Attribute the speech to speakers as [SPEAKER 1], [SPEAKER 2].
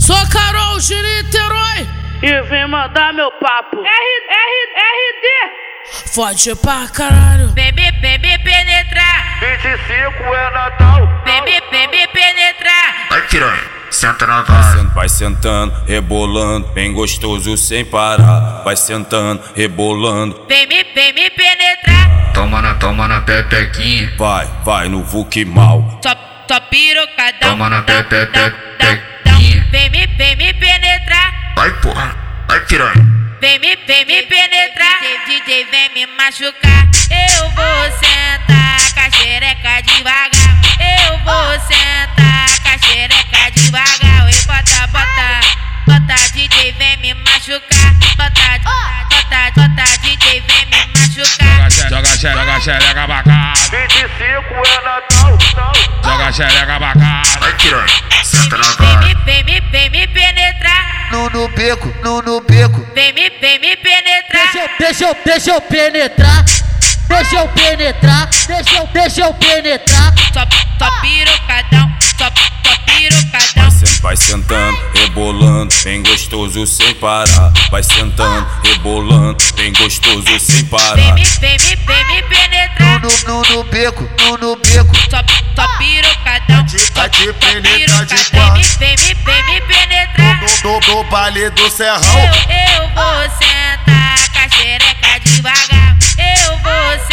[SPEAKER 1] Sou Carol de Niterói
[SPEAKER 2] e vim mandar meu papo. R,
[SPEAKER 3] R,
[SPEAKER 1] RD. Fode pra caralho.
[SPEAKER 3] Bebê, bebê, penetrar.
[SPEAKER 4] 25 é Natal.
[SPEAKER 3] Bebê, bebê, penetrar.
[SPEAKER 4] Vai tirando. Senta na vara.
[SPEAKER 5] Vai sentando, rebolando, bem gostoso sem parar. Vai sentando, rebolando.
[SPEAKER 3] Vem me, vem me penetrar.
[SPEAKER 4] Toma na, toma na pepequinha.
[SPEAKER 5] Vai, vai no Vuk mal.
[SPEAKER 3] Só, só pirocadão.
[SPEAKER 4] Toma na
[SPEAKER 3] dão,
[SPEAKER 4] pepe-
[SPEAKER 3] dão,
[SPEAKER 4] pepe-
[SPEAKER 3] dão, dão.
[SPEAKER 4] pequinha.
[SPEAKER 3] Vem me, vem me penetrar.
[SPEAKER 4] Vai porra. Vai tirando.
[SPEAKER 3] Vem me, vem me penetrar. DJ, DJ, vem me machucar. Eu vou sentar com a xereca devagar. Eu vou sentar com a xereca devagar. E bota, bota. Bota, DJ, vem me machucar. Bota, bota, bota, DJ, vem me
[SPEAKER 6] Joga
[SPEAKER 3] machucar.
[SPEAKER 6] xereca, joga xereca, xereca pra cá.
[SPEAKER 4] 25 é Natal. Natal.
[SPEAKER 6] Joga xereca pra cá.
[SPEAKER 4] Vai tirando. Senta na
[SPEAKER 3] Vem
[SPEAKER 4] vara.
[SPEAKER 3] me, vem me, vem me penetrar.
[SPEAKER 7] No, no beco, no, no beco.
[SPEAKER 3] Vem me, vem me penetrar.
[SPEAKER 8] Deixa eu, deixa eu, deixa eu penetrar. Deixa eu penetrar. Deixa eu, deixa eu penetrar.
[SPEAKER 3] Só, só pirocadão. Só, só pirocadão.
[SPEAKER 5] Vai sen- Vai sentando, rebolando, bem gostoso sem parar. Vai sentando, rebolando, bem gostoso sem
[SPEAKER 3] Vem
[SPEAKER 5] parar.
[SPEAKER 3] me, vem me, vem me penetrar.
[SPEAKER 7] No, no, no beco, no, no beco.
[SPEAKER 3] Só, só pirocadão. Só,
[SPEAKER 9] tá de
[SPEAKER 3] só
[SPEAKER 9] penetra de
[SPEAKER 3] pirocadão.
[SPEAKER 9] quatro.
[SPEAKER 3] Vem me, vem me, vem me penetrar.
[SPEAKER 9] Do, do baile do Serrão.
[SPEAKER 3] Eu, eu vou sentar com a xereca devagar. Eu vou